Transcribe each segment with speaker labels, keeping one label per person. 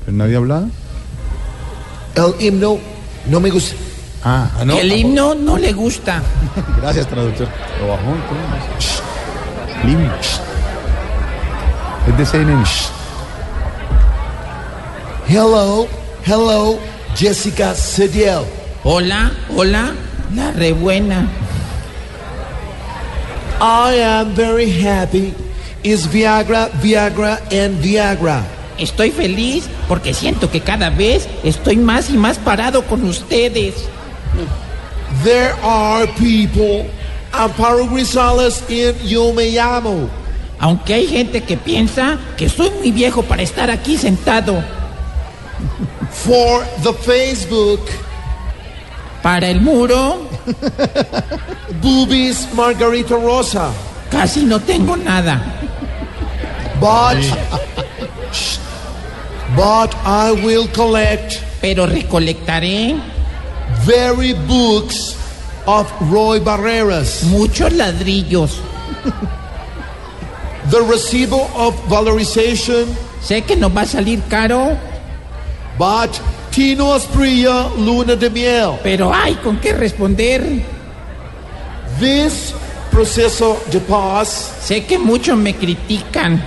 Speaker 1: Pero Pues nadie hablaba.
Speaker 2: el himno no me gusta.
Speaker 1: Ah, no.
Speaker 3: El himno no le gusta.
Speaker 1: Gracias, traductor. Lo bajó entonces. Shh. Lim. Shh. Es de CNN. Shh.
Speaker 2: Hello, hello, Jessica Sediel.
Speaker 3: Hola, hola, la rebuena.
Speaker 2: I am very happy. It's Viagra, Viagra, and Viagra.
Speaker 3: Estoy feliz porque siento que cada vez estoy más y más parado con ustedes.
Speaker 2: There are people. Amparo Grisales in Yo Me Llamo.
Speaker 3: Aunque hay gente que piensa que soy muy viejo para estar aquí sentado.
Speaker 2: For the Facebook,
Speaker 3: Para el muro
Speaker 2: Boobies Margarita Rosa.
Speaker 3: casi no tengo nada.
Speaker 2: But, but I will collect
Speaker 3: Pero recolectaré.
Speaker 2: very books of Roy Barreras.
Speaker 3: Muchos ladrillos.
Speaker 2: The receiver of valorization,
Speaker 3: Sé que nos va a salir caro,
Speaker 2: but Tino Asprilla Luna de Miel.
Speaker 3: pero hay con qué responder.
Speaker 2: This proceso de paz,
Speaker 3: Sé que muchos me critican,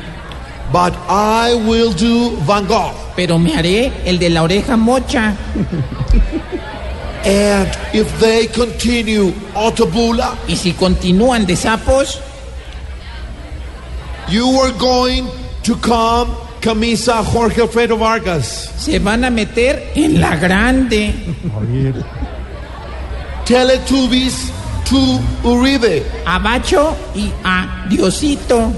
Speaker 2: but I will do Van Gogh.
Speaker 3: pero me haré el de la oreja mocha.
Speaker 2: And if they continue Otabula,
Speaker 3: Y si continúan de sapos,
Speaker 2: you are going to come Camisa Jorge Alfredo Vargas.
Speaker 3: se van a meter en la grande.
Speaker 1: Javier.
Speaker 2: Teletubbies to Uribe.
Speaker 3: Abacho y a Diosito.